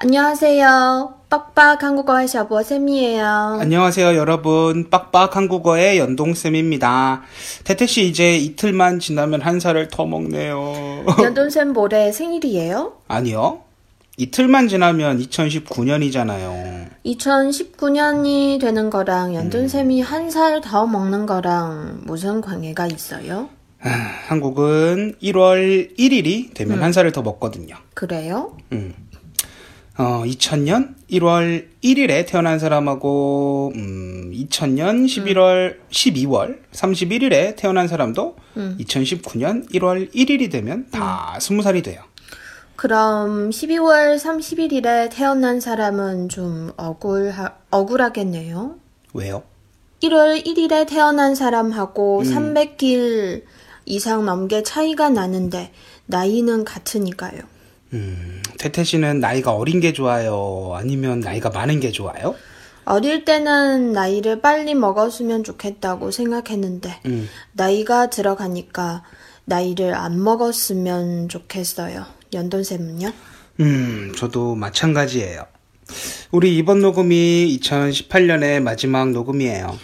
안녕하세요，빡빡한국어의小博쌤이에요。 안녕하세요, 여러분. 빡빡 한국어의 연동쌤입니다. 태태씨, 이제 이틀만 지나면 한 살을 더 먹네요. 연돈쌤 모레 생일이에요? 아니요. 이틀만 지나면 2019년이잖아요. 2019년이 되는 거랑 연돈쌤이 한 살 더 먹는 거랑 무슨 관계가 있어요? 아, 한국은 1월 1일이 되면 한 살을 더 먹거든요. 그래요? 음. 어, 2000년 1월 1일에 태어난 사람하고 음, 2000년 11월 12월 31일에 태어난 사람도 2019년 1월 1일이 되면 다 20살이 돼요. 그럼 12월 31일에 태어난 사람은 좀 억울하, 억울하겠네요. 왜요? 1월 1일에 태어난 사람하고 300일 이상 넘게 차이가 나는데 나이는 같으니까요. 음, 태태 씨는 나이가 어린 게 좋아요? 아니면 나이가 많은 게 좋아요? 어릴 때는 나이를 빨리 먹었으면 좋겠다고 생각했는데 음. 나이가 들어가니까 나이를 안 먹었으면 좋겠어요. 연돈쌤은요? 음, 저도 마찬가지예요. 우리 이번 녹음이 2018년의 마지막 녹음이에요.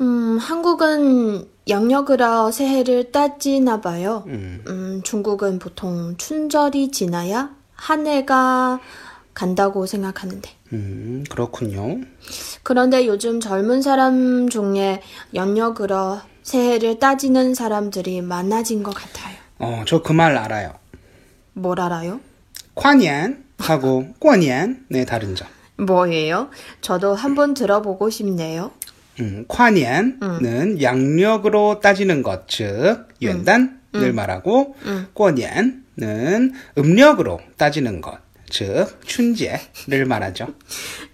음, 한국은 양력으로 새해를 따지나 봐요. 음. 음, 중국은 보통 춘절이 지나야 한 해가 간다고 생각하는데. 음, 그렇군요. 그런데 요즘 젊은 사람 중에 연력으로 새해를 따지는 사람들이 많아진 것 같아요. 어, 저 그 말 알아요. 뭘 알아요? 관년하고 관년의 다른 점. 뭐예요? 저도 한번 들어보고 싶네요. 음, 관년은 양력으로 따지는 것, 즉 연단을 말하고 관년은 음력으로 따지는 것, 즉 춘제를 말하죠.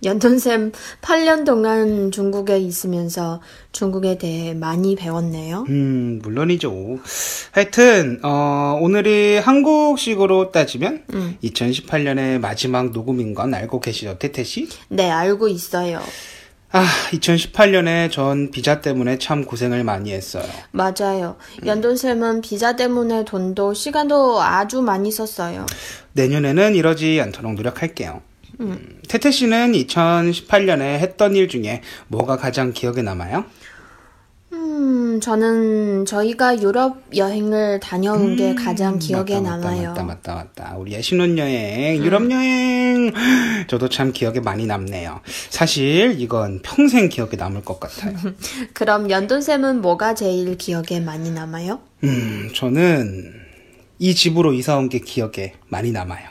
연돈쌤 8년 동안 중국에 있으면서 중국에 대해 많이 배웠네요. 음, 물론이죠. 하여튼 어, 오늘이 한국식으로 따지면 2018년의 마지막 녹음인 건 알고 계시죠, 태태 씨? 네, 알고 있어요. 아, 2018년에 전 비자 때문에 참 고생을 많이 했어요. 맞아요. 음. 연돈쌤은 비자 때문에 돈도 시간도 아주 많이 썼어요. 내년에는 이러지 않도록 노력할게요. 음, 태태 씨는 2018년에 했던 일 중에 뭐가 가장 기억에 남아요? 음, 저는 저희가 유럽 여행을 다녀온 게 가장 기억에 음. 맞다, 맞다, 남아요. 맞다, 맞다, 맞다. 우리의 신혼여행, 유럽여행. 저도 참 기억에 많이 남네요. 사실 이건 평생 기억에 남을 것 같아요. 그럼 연돈쌤은 뭐가 제일 기억에 많이 남아요? 음, 저는 이 집으로 이사 온 게 기억에 많이 남아요.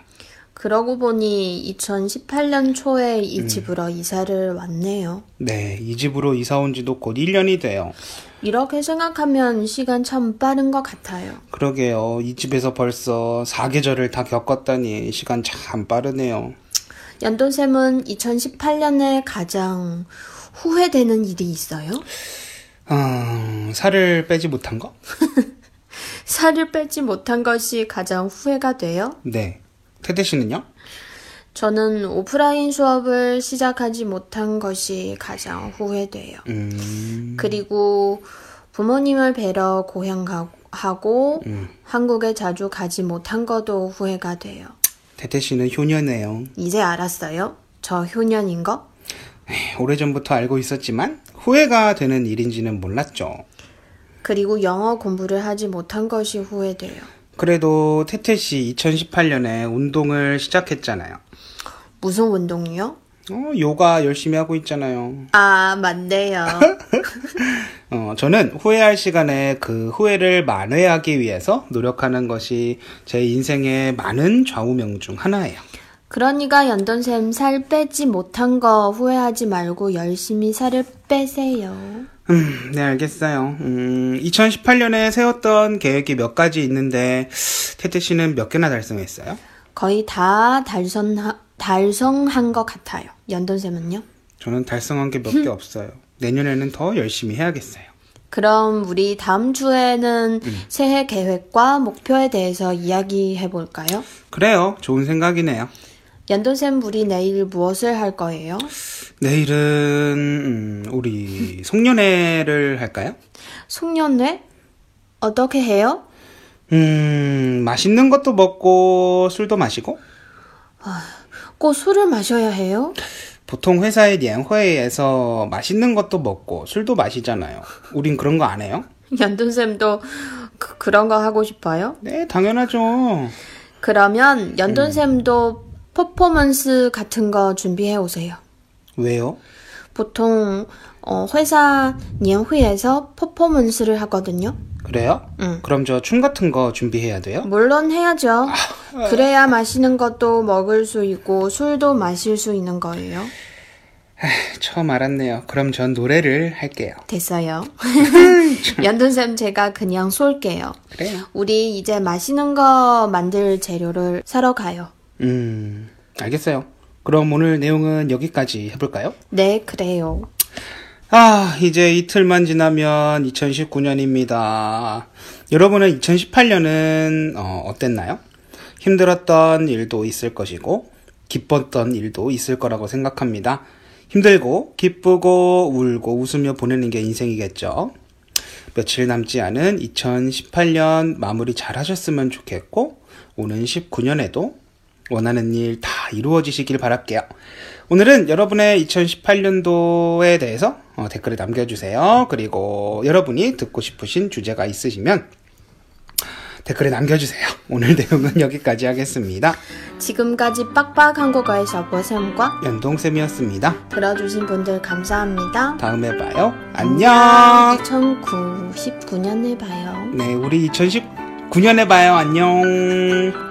그러고 보니 2018년 초에 음. 이 집으로 이사를 왔네요. 네, 이 집으로 이사 온 지도 곧 1년이 돼요. 이렇게 생각하면 시간 참 빠른 것 같아요. 그러게요. 이 집에서 벌써 사계절을 다 겪었다니 시간 참 빠르네요. 연돈쌤은 2018년에 가장 후회되는 일이 있어요? 아, 살을 빼지 못한 거? 살을 빼지 못한 것이 가장 후회가 돼요? 네. 태태 씨는요? 저는 오프라인 수업을 시작하지 못한 것이 가장 후회돼요. 음, 그리고 부모님을 뵈러 고향 가고 한국에 자주 가지 못한 것도 후회가 돼요. 태태 씨는 효녀네요. 이제 알았어요? 저 효년인 거? 오래전부터 알고 있었지만 후회가 되는 일인지는 몰랐죠. 그리고 영어 공부를 하지 못한 것이 후회돼요. 그래도 태태 씨 2018년에 운동을 시작했잖아요. 무슨 운동이요? 어, 요가 열심히 하고 있잖아요. 아, 맞네요. 어, 저는 후회할 시간에 그 후회를 만회하기 위해서 노력하는 것이 제 인생의 많은 좌우명 중 하나예요. 그러니까 연돈쌤 살 빼지 못한 거 후회하지 말고 열심히 살을 빼세요. 음, 네, 알겠어요. 음, 2018년에 세웠던 계획이 몇 가지 있는데, 태태 씨는 몇 개나 달성했어요? 거의 다 달성하, 달성한 것 같아요. 연돈쌤은요? 저는 달성한 게 몇 개 없어요. 내년에는 더 열심히 해야겠어요. 그럼 우리 다음 주에는 새해 계획과 목표에 대해서 이야기해 볼까요? 그래요. 좋은 생각이네요. 연돈쌤, 우리 내일 무엇을 할 거예요? 내일은, 음, 우리 송년회를 할까요? 송년회? 어떻게 해요? 음, 맛있는 것도 먹고, 술도 마시고, 꼭 술을 마셔야 해요? 보통 회사의 연회에서 맛있는 것도 먹고, 술도 마시잖아요. 우린 그런 거 안 해요? 연돈쌤도 그, 그런 거 하고 싶어요? 네, 당연하죠. 그러면 연돈쌤도 퍼포먼스 같은 거 준비해 오세요. 왜요? 보통 어, 회사 년회에서 퍼포먼스를 하거든요. 그래요? 그럼 저 춤 같은 거 준비해야 돼요? 물론 해야죠. 그래야 마시는 것도 먹을 수 있고 술도 마실 수 있는 거예요. 처음 알았네요. 네, 그럼 전 노래를 할게요. 됐어요. 연돈쌤 제가 그냥 쏠게요. 그래요? 우리 이제 마시는 거 만들 재료를 사러 가요. 음, 알겠어요. 그럼 오늘 내용은 여기까지 해볼까요? 네, 그래요. 아, 이제 이틀만 지나면 2019년입니다. 여러분은 2018년은 어, 어땠나요? 힘들었던 일도 있을 것이고, 기뻤던 일도 있을 거라고 생각합니다. 힘들고, 기쁘고, 울고, 웃으며 보내는 게 인생이겠죠. 며칠 남지 않은 2018년 마무리 잘 하셨으면 좋겠고, 오는 19년에도 원하는 일 다 이루어지시길 바랄게요. 오늘은 여러분의 2018년도에 대해서 어, 댓글을 남겨주세요. 그리고 여러분이 듣고 싶으신 주제가 있으시면 댓글에 남겨주세요. 오늘 내용은 여기까지 하겠습니다. 지금까지 빡빡한 국어의 샤버쌤과 연동쌤이었습니다. 들어주신 분들 감사합니다. 다음에 봐요. 안녕! 2019년에 봐요. 네, 우리 2019년에 봐요. 안녕!